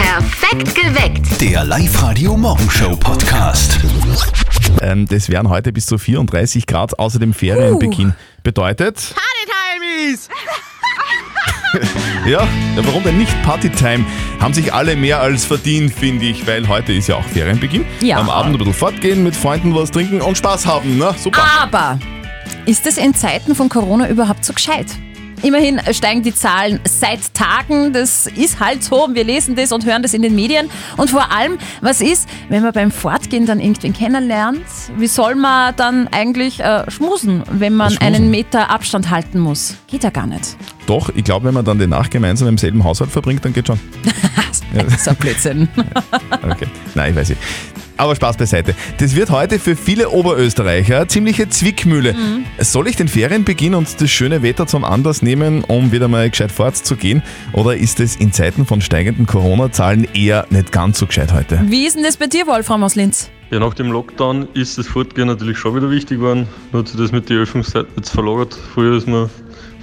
Perfekt geweckt. Der Live-Radio Morgenshow Podcast. Ähm, das wären heute bis zu 34 Grad, außerdem Ferienbeginn. Bedeutet. Partytime ja, ja, warum denn nicht Partytime? Haben sich alle mehr als verdient, finde ich, weil heute ist ja auch Ferienbeginn. Ja. Am Abend ein bisschen fortgehen, mit Freunden was trinken und Spaß haben, ne? Super. Ah. Aber ist es in Zeiten von Corona überhaupt so gescheit? Immerhin steigen die Zahlen seit Tagen. Das ist halt so. Wir lesen das und hören das in den Medien. Und vor allem, was ist, wenn man beim Fortgehen dann irgendwen kennenlernt? Wie soll man dann eigentlich äh, schmusen, wenn man Schmusen? einen Meter Abstand halten muss? Geht ja gar nicht. Doch, ich glaube, wenn man dann den Nacht gemeinsam im selben Haushalt verbringt, dann geht schon. Das ist ein Blödsinn. Okay. Nein, ich weiß nicht. Aber Spaß beiseite. Das wird heute für viele Oberösterreicher ziemliche Zwickmühle. Soll ich den Ferienbeginn und das schöne Wetter zum Anlass nehmen, um wieder mal gescheit fortzugehen? Oder ist es in Zeiten von steigenden Corona-Zahlen eher nicht ganz so gescheit heute? Wie ist denn das bei dir, Wolfram aus Linz? Ja, nach dem Lockdown ist das Fortgehen natürlich schon wieder wichtig geworden. Nur hat sich das mit den Öffnungszeiten jetzt verlagert. Früher ist man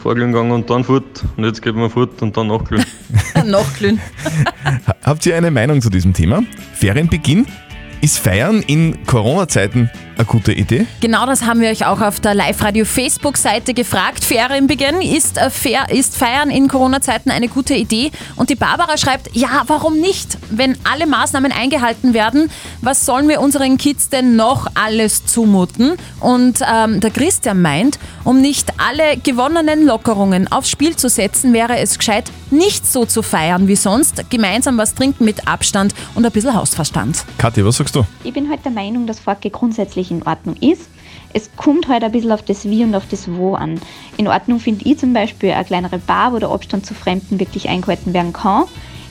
vorgeln gegangen und dann fort. Und jetzt geht man fort und dann nachgeln. Noch glühen. Habt ihr eine Meinung zu diesem Thema? Ferienbeginn? Ist Feiern in Corona-Zeiten eine gute Idee? Genau das haben wir euch auch auf der Live-Radio-Facebook-Seite gefragt. Ferienbeginn, ist, äh, fair, ist Feiern in Corona-Zeiten eine gute Idee? Und die Barbara schreibt, ja, warum nicht? Wenn alle Maßnahmen eingehalten werden, was sollen wir unseren Kids denn noch alles zumuten? Und ähm, der Christian meint, um nicht alle gewonnenen Lockerungen aufs Spiel zu setzen, wäre es gescheit, nicht so zu feiern wie sonst, gemeinsam was trinken mit Abstand und ein bisschen Hausverstand. Kathi, was sagst du? Ich bin halt der Meinung, dass Fortgehen grundsätzlich in Ordnung ist. Es kommt halt ein bisschen auf das Wie und auf das Wo an. In Ordnung finde ich zum Beispiel eine kleinere Bar, wo der Abstand zu Fremden wirklich eingehalten werden kann.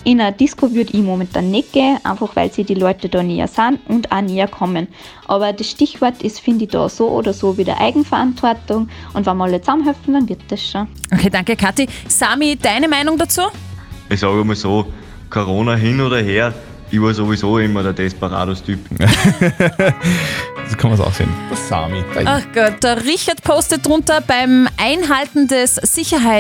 In einer Disco würde ich momentan nicht gehen, einfach weil sie die Leute da näher sind und auch näher kommen. Aber das Stichwort ist, finde ich, da so oder so wieder Eigenverantwortung. Und wenn wir alle zusammenhelfen, dann wird das schon. Okay, danke Kathi. Sami, deine Meinung dazu? Ich sage mal so, Corona hin oder her, ich war sowieso immer der Desperados-Typ. So kann man es auch sehen. Der Sami. Ach Gott, der Richard postet drunter, beim Einhalten des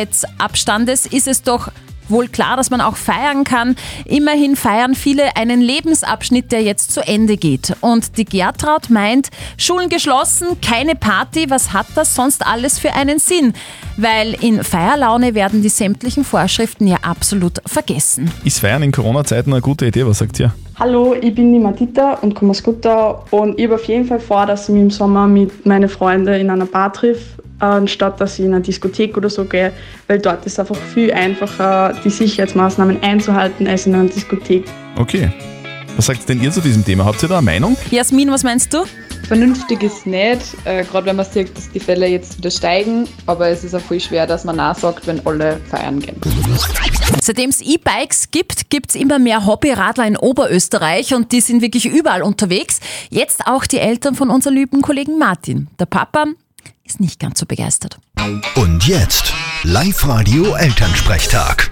Sicherheitsabstandes ist es doch wohl klar, dass man auch feiern kann. Immerhin feiern viele einen Lebensabschnitt, der jetzt zu Ende geht. Und die Gertraud meint, Schulen geschlossen, keine Party, was hat das sonst alles für einen Sinn? Weil in Feierlaune werden die sämtlichen Vorschriften ja absolut vergessen. Ist Feiern in Corona-Zeiten eine gute Idee? Was sagt ihr? Hallo, ich bin die Matita und komme aus Gutau und ich habe auf jeden Fall vor, dass ich mich im Sommer mit meinen Freunden in einer Bar treffe, anstatt dass ich in eine Diskothek oder so gehe, weil dort ist es einfach viel einfacher, die Sicherheitsmaßnahmen einzuhalten als in einer Diskothek. Okay. Was sagt denn ihr zu diesem Thema? Habt ihr da eine Meinung? Jasmin, was meinst du? Vernünftig ist nicht, äh, gerade wenn man sieht, dass die Fälle jetzt wieder steigen, aber es ist auch viel schwer, dass man nachsagt, wenn alle feiern gehen. Seitdem es E-Bikes gibt, gibt es immer mehr Hobbyradler in Oberösterreich und die sind wirklich überall unterwegs. Jetzt auch die Eltern von unserem lieben Kollegen Martin. Der Papa ist nicht ganz so begeistert. Und jetzt Live-Radio Elternsprechtag.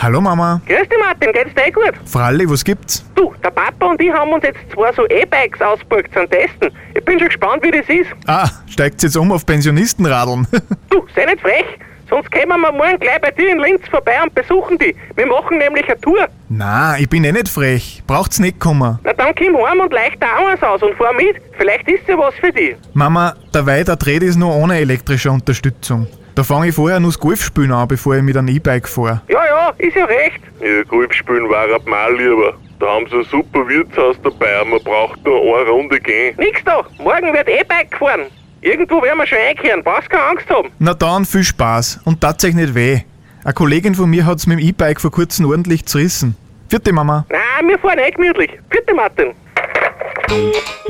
Hallo Mama. Grüß dich Martin, geht's dir eh gut? Fralli, was gibt's? Du, der Papa und ich haben uns jetzt zwei so E-Bikes ausgeborgt zum Testen. Ich bin schon gespannt, wie das ist. Ah, steigt's jetzt um auf Pensionistenradeln? Du, sei nicht frech, sonst kommen wir morgen gleich bei dir in Linz vorbei und besuchen die. Wir machen nämlich eine Tour. Na, ich bin eh nicht frech. Braucht's nicht kommen. Na dann komm heim und leicht da eins aus und fahr mit. Vielleicht ist ja was für dich. Mama, der Weiter dreht ist nur ohne elektrische Unterstützung. Da fange ich vorher nur das Golfspielen an, bevor ich mit einem E-Bike fahre. Ja, ja, ist ja recht. Ja, Golf spielen war ab mal lieber. Da haben sie ein super Wirtshaus dabei, man braucht nur eine Runde gehen. Nix da, morgen wird E-Bike gefahren. Irgendwo werden wir schon einkehren, brauchst keine Angst haben. Na dann, viel Spaß und tatsächlich nicht weh. Eine Kollegin von mir hat's mit dem E-Bike vor kurzem ordentlich zerrissen. Vierte Mama. Nein, wir fahren eh gemütlich. Bitte Martin.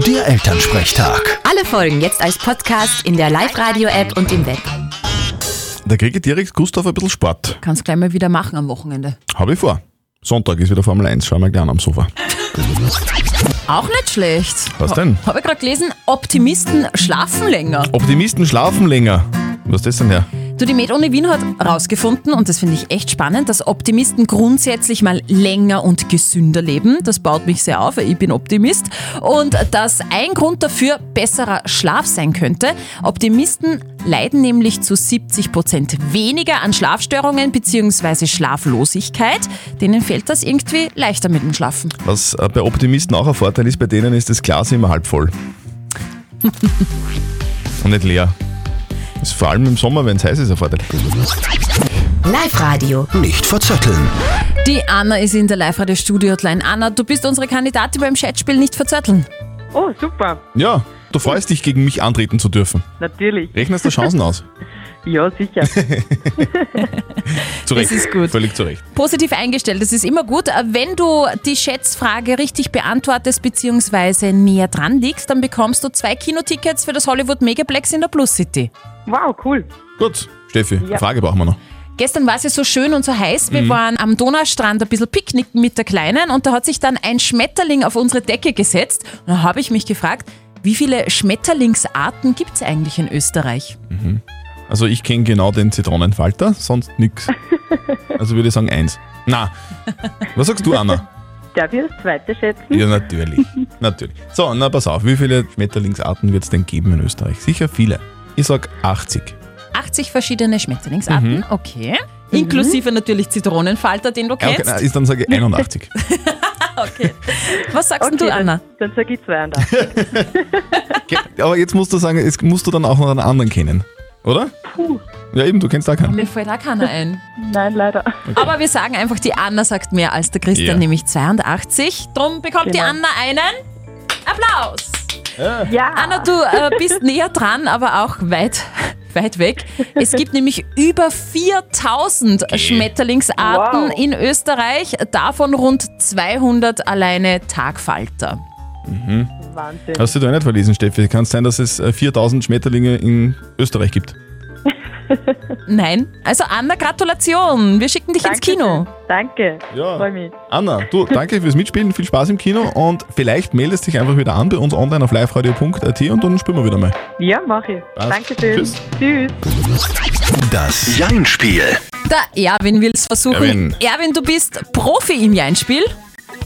Der Elternsprechtag. Alle Folgen jetzt als Podcast in der Live-Radio-App und im Web. Da kriege ich direkt Gustav ein bisschen Sport. Kannst gleich mal wieder machen am Wochenende. Habe ich vor. Sonntag ist wieder Formel 1, schauen wir gleich an am Sofa. Auch nicht schlecht. Was denn? Habe ich gerade gelesen, Optimisten schlafen länger. Optimisten schlafen länger. Was ist das denn her? Du, die MedUni Wien hat rausgefunden, und das finde ich echt spannend, dass Optimisten grundsätzlich mal länger und gesünder leben. Das baut mich sehr auf, weil ich bin Optimist. Und dass ein Grund dafür besserer Schlaf sein könnte. Optimisten leiden nämlich zu 70 Prozent weniger an Schlafstörungen bzw. Schlaflosigkeit. Denen fällt das irgendwie leichter mit dem Schlafen. Was äh, bei Optimisten auch ein Vorteil ist, bei denen ist das Glas immer halb voll. Und nicht leer. Ist vor allem im Sommer, wenn es heiß ist, ein Vorteil. Live-Radio. Nicht verzetteln. Die Anna ist in der Live-Radio-Studio-Hotline. Anna, du bist unsere Kandidatin beim Chatspiel nicht verzörteln. Oh, super. Ja, du freust dich, gegen mich antreten zu dürfen. Natürlich. Rechnest du Chancen aus? Ja, sicher. Zu Recht. ist gut. Völlig zu Recht. Positiv eingestellt, das ist immer gut. Äh, Wenn du die Schätzfrage richtig beantwortest bzw. näher dran liegst, dann bekommst du zwei Kinotickets für das Hollywood Megaplex in der Plus City. Wow, cool. Gut, Steffi, Ja. eine Frage brauchen wir noch. Gestern war es ja so schön und so heiß. Wir Mhm. waren am Donaustrand ein bisschen picknicken mit der Kleinen und da hat sich dann ein Schmetterling auf unsere Decke gesetzt. Und da habe ich mich gefragt, wie viele Schmetterlingsarten gibt es eigentlich in Österreich? Mhm. Also ich kenne genau den Zitronenfalter, sonst nix. Also würde ich sagen eins. Na, was sagst du, Anna? Darf ich das zweite schätzen? Ja, natürlich. Natürlich. So, na pass auf, wie viele Schmetterlingsarten wird es denn geben in Österreich? Sicher viele. Ich sag 80. 80 verschiedene Schmetterlingsarten, Mhm. okay. Mhm. Inklusive natürlich Zitronenfalter, den du Ja, kennst. Okay, na, ist dann sage ich 81. Was sagst du, Anna? Dann sage ich 32. Aber jetzt musst du sagen, jetzt musst du dann auch noch einen anderen kennen, oder? Puh. Ja eben, du kennst da keinen. Mir fällt auch keiner ein. Nein, leider. Aber wir sagen einfach, die Anna sagt mehr als der Christian, Ja. nämlich 82. Drum bekommt die Genau. Anna einen Applaus. Ja. Anna, du äh, bist näher dran, aber auch weit, weit weg. Es gibt nämlich über 4000 Schmetterlingsarten Wow. in Österreich, davon rund 200 alleine Tagfalter. Mhm. Wahnsinn. Hast du da nicht verlesen, Steffi? Kann es sein, dass es äh, 4000 Schmetterlinge in Österreich gibt? Nein, also Anna, Gratulation. Wir schicken dich ins Kino. Danke. Ja. Freu mich. Anna, du, danke fürs Mitspielen, viel Spaß im Kino und vielleicht meldest dich einfach wieder an bei uns online auf liveradio.at und dann spielen wir wieder mal. Ja, mach ich. Passt. Danke schön. Tschüss. Tschüss. Das Jein-Spiel. Der Erwin will es versuchen. Erwin. Erwin, du bist Profi im Jeinspiel.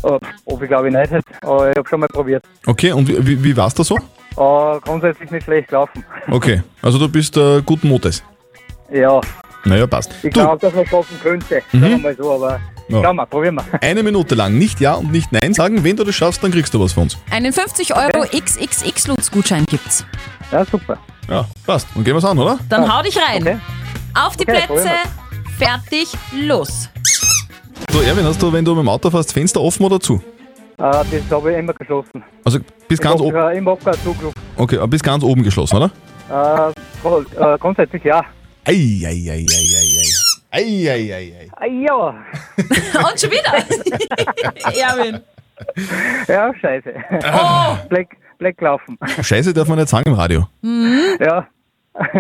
Ob ich glaube ich nicht, aber ich habe schon mal probiert. Okay, und wie, wie, wie war's da so? Aber grundsätzlich nicht schlecht gelaufen. Okay, also du bist äh, guten Mutes. Ja, Naja, passt. ich glaube, dass man schaffen könnte. Mhm. Sagen wir mal so, aber Ja. schauen wir, probieren wir. Eine Minute lang nicht Ja und nicht Nein sagen. Wenn du das schaffst, dann kriegst du was von uns. Einen 50 Euro XXX-Lutz-Gutschein gibt's. Ja, super. Ja, passt. Dann gehen wir's an, oder? Dann hau dich rein. Auf die Ah, Okay, Plätze, fertig, los. So, Erwin, hast du, wenn du mit dem Auto fährst, Fenster offen oder zu? Äh, das habe ich immer geschlossen. Also bis ganz ich oben. hab, äh, Im Abgang Zugriff. Okay, aber bis ganz oben geschlossen, oder? Äh, voll, äh, grundsätzlich ja. Ei, ei, ei, ei, ei, ei. Ei, ei, ei, ei. Ah, Ja, Und schon wieder. Erwin. ja, scheiße. Black, Black laufen. Scheiße darf man nicht sagen im Radio. Ja,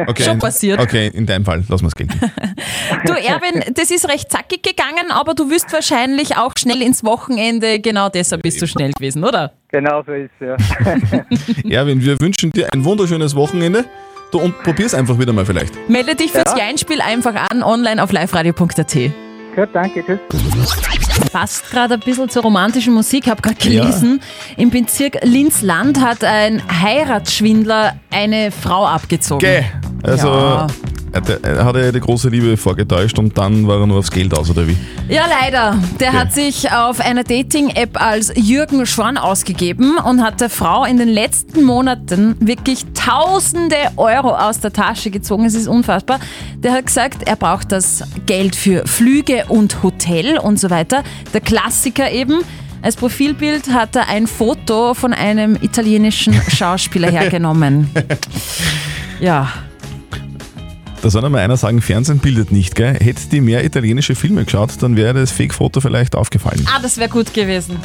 Okay, Schon in- passiert. Okay, in deinem Fall, lass mal's gelten. Du, Erwin, das ist recht zackig gegangen, aber du wirst wahrscheinlich auch schnell ins Wochenende. Genau deshalb bist du schnell gewesen, oder? genau so ist ja. Erwin, wir wünschen dir ein wunderschönes Wochenende. Du und probier's einfach wieder mal vielleicht. Melde dich fürs Ja. Jeinspiel einfach an, online auf liveradio.at. Gut, danke, tschüss. Passt gerade ein bisschen zur romantischen Musik, habe gerade gelesen. Im Bezirk Linz-Land hat ein Heiratsschwindler eine Frau abgezogen. Geh! Also, Ja. er, hat- er hat ja die große Liebe vorgetäuscht und dann war er nur aufs Geld aus, oder wie? Ja, leider. Der Okay. hat sich auf einer Dating-App als Jürgen Schwan ausgegeben und hat der Frau in den letzten Monaten wirklich tausende Euro aus der Tasche gezogen. Es ist unfassbar. Der hat gesagt, er braucht das Geld für Flüge und Hotel und so weiter. Der Klassiker eben. Als Profilbild hat er ein Foto von einem italienischen Schauspieler hergenommen. Ja. Da soll einmal einer sagen, Fernsehen bildet nicht, gell? Hätte die mehr italienische Filme geschaut, dann wäre das Fake-Foto vielleicht aufgefallen. Ah, das wäre gut gewesen.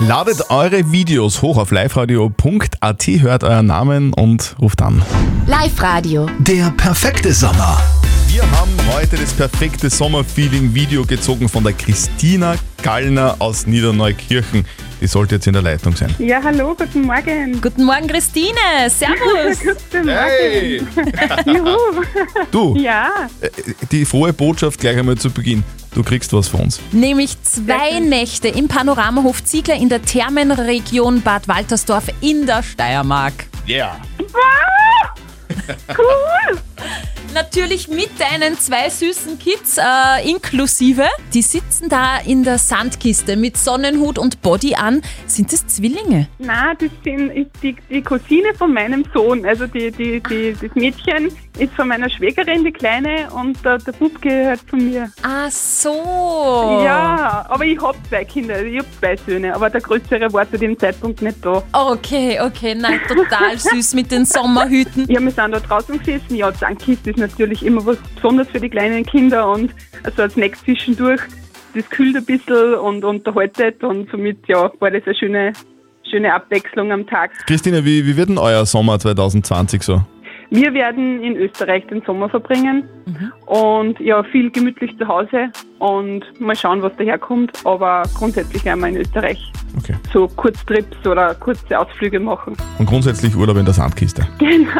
Ladet eure Videos hoch auf liveradio.at, hört euren Namen und ruft an. Live-Radio. Der perfekte Sommer. Wir haben heute das perfekte Sommerfeeling-Video gezogen von der Christina Gallner aus Niederneukirchen. Die sollte jetzt in der Leitung sein. Ja, hallo, guten Morgen. Guten Morgen, Christine. Servus. guten Morgen. Hey. Juhu. Du? Ja. Äh, Die frohe Botschaft gleich einmal zu Beginn. Du kriegst was von uns. Nämlich zwei Nächte im Panoramahof Ziegler in der Thermenregion Bad Waltersdorf in der Steiermark. Yeah. Ah! Cool! Natürlich mit deinen zwei süßen Kids äh, inklusive. Die sitzen da in der Sandkiste mit Sonnenhut und Body an. Sind das Zwillinge? Na, das sind, ist die, die Cousine von meinem Sohn. Also die, die, die, das Mädchen ist von meiner Schwägerin, die Kleine, und der, der Bub gehört zu mir. Ach so. Ja, aber ich habe zwei Kinder, ich habe zwei Söhne, aber der Größere war zu dem Zeitpunkt nicht da. Okay, okay, nein, total süß mit den Sommerhüten. Ja, wir sind da draußen gesessen. Ja, die Sandkiste ist natürlich immer was Besonderes für die kleinen Kinder und also als Snack zwischendurch. Das kühlt ein bisschen und unterhaltet und somit ja, war das eine schöne, schöne Abwechslung am Tag. Christina, wie, wie wird denn euer Sommer 2020 so? Wir werden in Österreich den Sommer verbringen und ja, viel gemütlich zu Hause und mal schauen, was daherkommt. Aber grundsätzlich werden wir in Österreich so Kurztrips oder kurze Ausflüge machen. Und grundsätzlich Urlaub in der Sandkiste. Genau.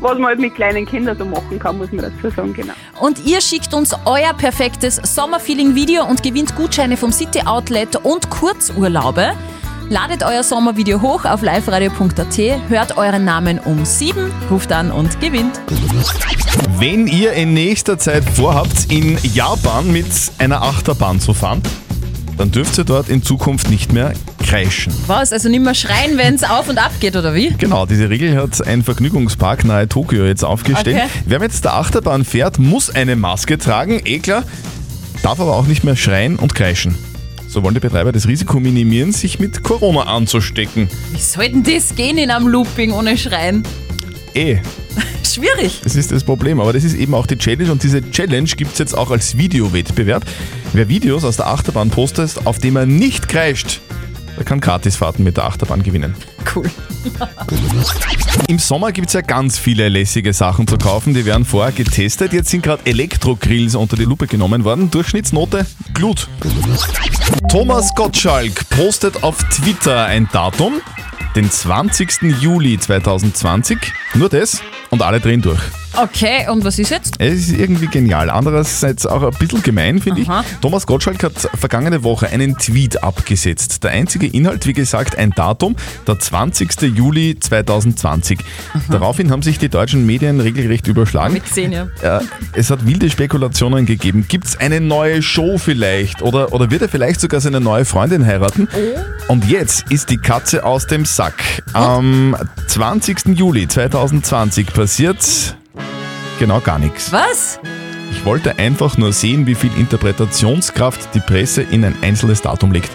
was man halt mit kleinen Kindern so machen kann, muss man dazu sagen, genau. Und ihr schickt uns euer perfektes Sommerfeeling-Video und gewinnt Gutscheine vom City Outlet und Kurzurlaube. Ladet euer Sommervideo hoch auf liveradio.at, hört euren Namen um 7, ruft an und gewinnt. Wenn ihr in nächster Zeit vorhabt, in Japan mit einer Achterbahn zu fahren, dann dürft ihr dort in Zukunft nicht mehr kreischen. Was? Also nicht mehr schreien, wenn es auf und ab geht, oder wie? Genau, diese Regel hat ein Vergnügungspark nahe Tokio jetzt aufgestellt. Okay. Wer mit der Achterbahn fährt, muss eine Maske tragen, eh klar, darf aber auch nicht mehr schreien und kreischen. So wollen die Betreiber das Risiko minimieren, sich mit Corona anzustecken. Wie soll denn das gehen in einem Looping ohne Schreien? Eh, Schwierig. Das ist das Problem, aber das ist eben auch die Challenge und diese Challenge gibt es jetzt auch als Videowettbewerb. Wer Videos aus der Achterbahn postet, auf dem er nicht kreischt, der kann Gratisfahrten mit der Achterbahn gewinnen. Cool. Im Sommer gibt es ja ganz viele lässige Sachen zu kaufen, die werden vorher getestet. Jetzt sind gerade Elektrogrills unter die Lupe genommen worden. Durchschnittsnote Glut. Thomas Gottschalk postet auf Twitter ein Datum, den 20. Juli 2020. Nur das und alle drehen durch. Okay, und was ist jetzt? Es ist irgendwie genial. Andererseits auch ein bisschen gemein, finde ich. Thomas Gottschalk hat vergangene Woche einen Tweet abgesetzt. Der einzige Inhalt, wie gesagt, ein Datum, der 20. Juli 2020. Daraufhin haben sich die deutschen Medien regelrecht überschlagen. Mit 10, ja. Äh, es hat wilde Spekulationen gegeben. Gibt es eine neue Show vielleicht? Oder, oder wird er vielleicht sogar seine neue Freundin heiraten? Und jetzt ist die Katze aus dem Sack. Am 20. Juli 2020 passiert genau gar nichts. Was? Ich wollte einfach nur sehen, wie viel Interpretationskraft die Presse in ein einzelnes Datum legt,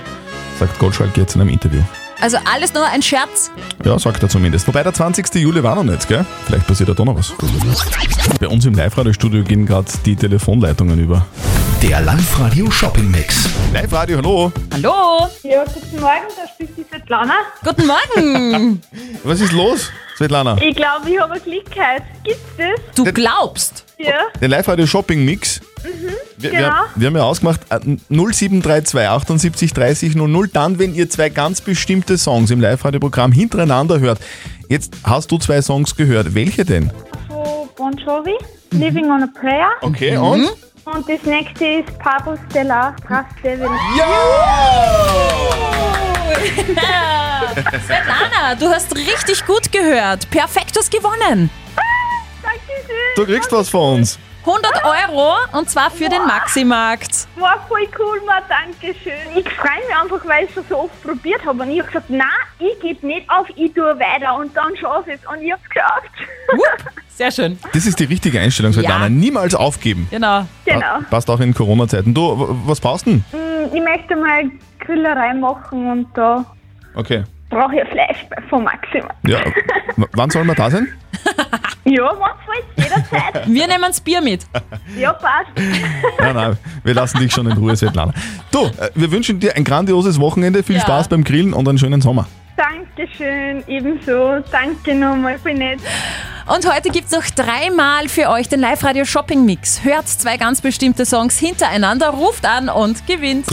sagt Gottschalk jetzt in einem Interview. Also alles nur ein Scherz? Ja, sagt er zumindest. Wobei der 20. Juli war noch nicht, gell? Vielleicht passiert ja da noch was. Bei uns im Live-Radio-Studio gehen gerade die Telefonleitungen über. Der Live-Radio Shopping Mix. Live-Radio, hallo. Hallo. Ja, guten Morgen, da spricht die Svetlana. Guten Morgen. Was ist los, Svetlana? Ich glaube, ich habe eine Klickheit. Gibt's das? Du glaubst? Ja. Der Live-Radio-Shopping-Mix. Mhm, Wir, wir, genau. wir haben ja ausgemacht, äh, 0732 78 30 00, dann, wenn ihr zwei ganz bestimmte Songs im Live-Radio-Programm hintereinander hört. Jetzt hast du zwei Songs gehört. Welche denn? Von Bon Jovi, Living on a Prayer. Okay, und? Und das nächste ist Pablo Stella, Brass Devil. Svetlana, du hast richtig gut gehört. Perfektus gewonnen. Du kriegst was von uns. 100 Euro und zwar für den Maximarkt. War voll cool, Mann, danke schön. Ich freue mich einfach, weil ich es schon so oft probiert habe. Und ich habe gesagt, nein, ich gebe nicht auf, ich tue weiter. Und dann schaffe ich es. Und ich habe es geschafft. Sehr schön. Das ist die richtige Einstellung, Svetlana. Ja. Niemals aufgeben. Genau. Genau. Pa- Passt auch in Corona-Zeiten. Du, w- was brauchst du denn? Mm, Ich möchte mal Grillerei machen und da Okay. brauche ich Fleisch vom Maximal. Ja. w- wann soll man da sein? Ja, was wollt jederzeit. Wir nehmen das Bier mit. Ja, passt. Nein, nein, wir lassen dich schon in Ruhe, Svetlana. Du, äh, wir wünschen dir ein grandioses Wochenende, viel Ja. Spaß beim Grillen und einen schönen Sommer. Dankeschön, ebenso. Danke nochmal für nett. Und heute gibt es noch dreimal für euch den Live-Radio Shopping Mix. Hört zwei ganz bestimmte Songs hintereinander, ruft an und gewinnt.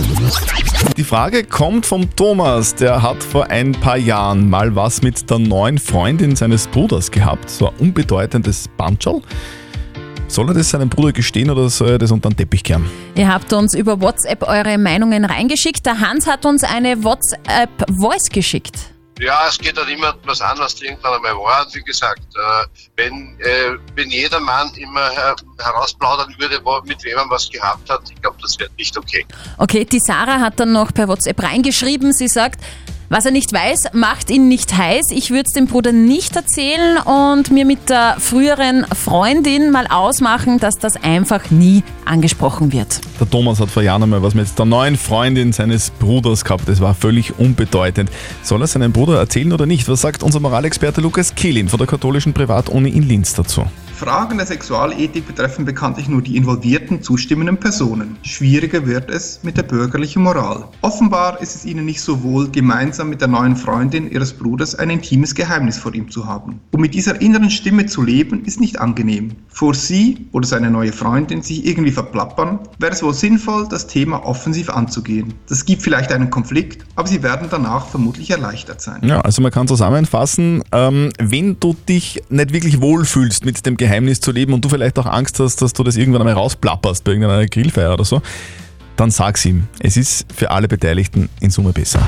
Die Frage kommt vom Thomas. Der hat vor ein paar Jahren mal was mit der neuen Freundin seines Bruders gehabt. So ein unbedeutendes Bandscherl. Soll er das seinem Bruder gestehen oder soll er das unter den Teppich kehren? Ihr habt uns über WhatsApp eure Meinungen reingeschickt. Der Hans hat uns eine WhatsApp-Voice geschickt. Ja, es geht halt immer was an, was irgendwann einmal war. Und wie gesagt, äh, wenn, äh, wenn jeder Mann immer her herausplaudern würde, wo, mit wem er was gehabt hat, ich glaube, das wäre nicht okay. Okay, die Sarah hat dann noch per WhatsApp reingeschrieben. Sie sagt, was er nicht weiß, macht ihn nicht heiß. Ich würde es dem Bruder nicht erzählen und mir mit der früheren Freundin mal ausmachen, dass das einfach nie angesprochen wird. Der Thomas hat vor Jahren einmal was mit der neuen Freundin seines Bruders gehabt. Das war völlig unbedeutend. Soll er seinem Bruder erzählen oder nicht? Was sagt unser Moralexperte Lukas Kehlin von der katholischen Privatuni in Linz dazu? Fragen der Sexualethik betreffen bekanntlich nur die involvierten zustimmenden Personen. Schwieriger wird es mit der bürgerlichen Moral. Offenbar ist es ihnen nicht so wohl, gemeinsam mit der neuen Freundin ihres Bruders ein intimes Geheimnis vor ihm zu haben. Um mit dieser inneren Stimme zu leben, ist nicht angenehm. Vor sie oder seine neue Freundin sich irgendwie verplappern, wäre es wohl sinnvoll, das Thema offensiv anzugehen. Das gibt vielleicht einen Konflikt, aber sie werden danach vermutlich erleichtert sein. Ja, also man kann zusammenfassen, ähm, wenn du dich nicht wirklich wohlfühlst mit dem Geheimnis zu leben und du vielleicht auch Angst hast, dass du das irgendwann einmal rausplapperst bei irgendeiner Grillfeier oder so, dann sag's ihm. Es ist für alle Beteiligten in Summe besser.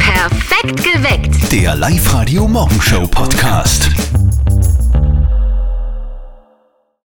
Perfekt geweckt. Der Live-Radio Morgenshow Podcast.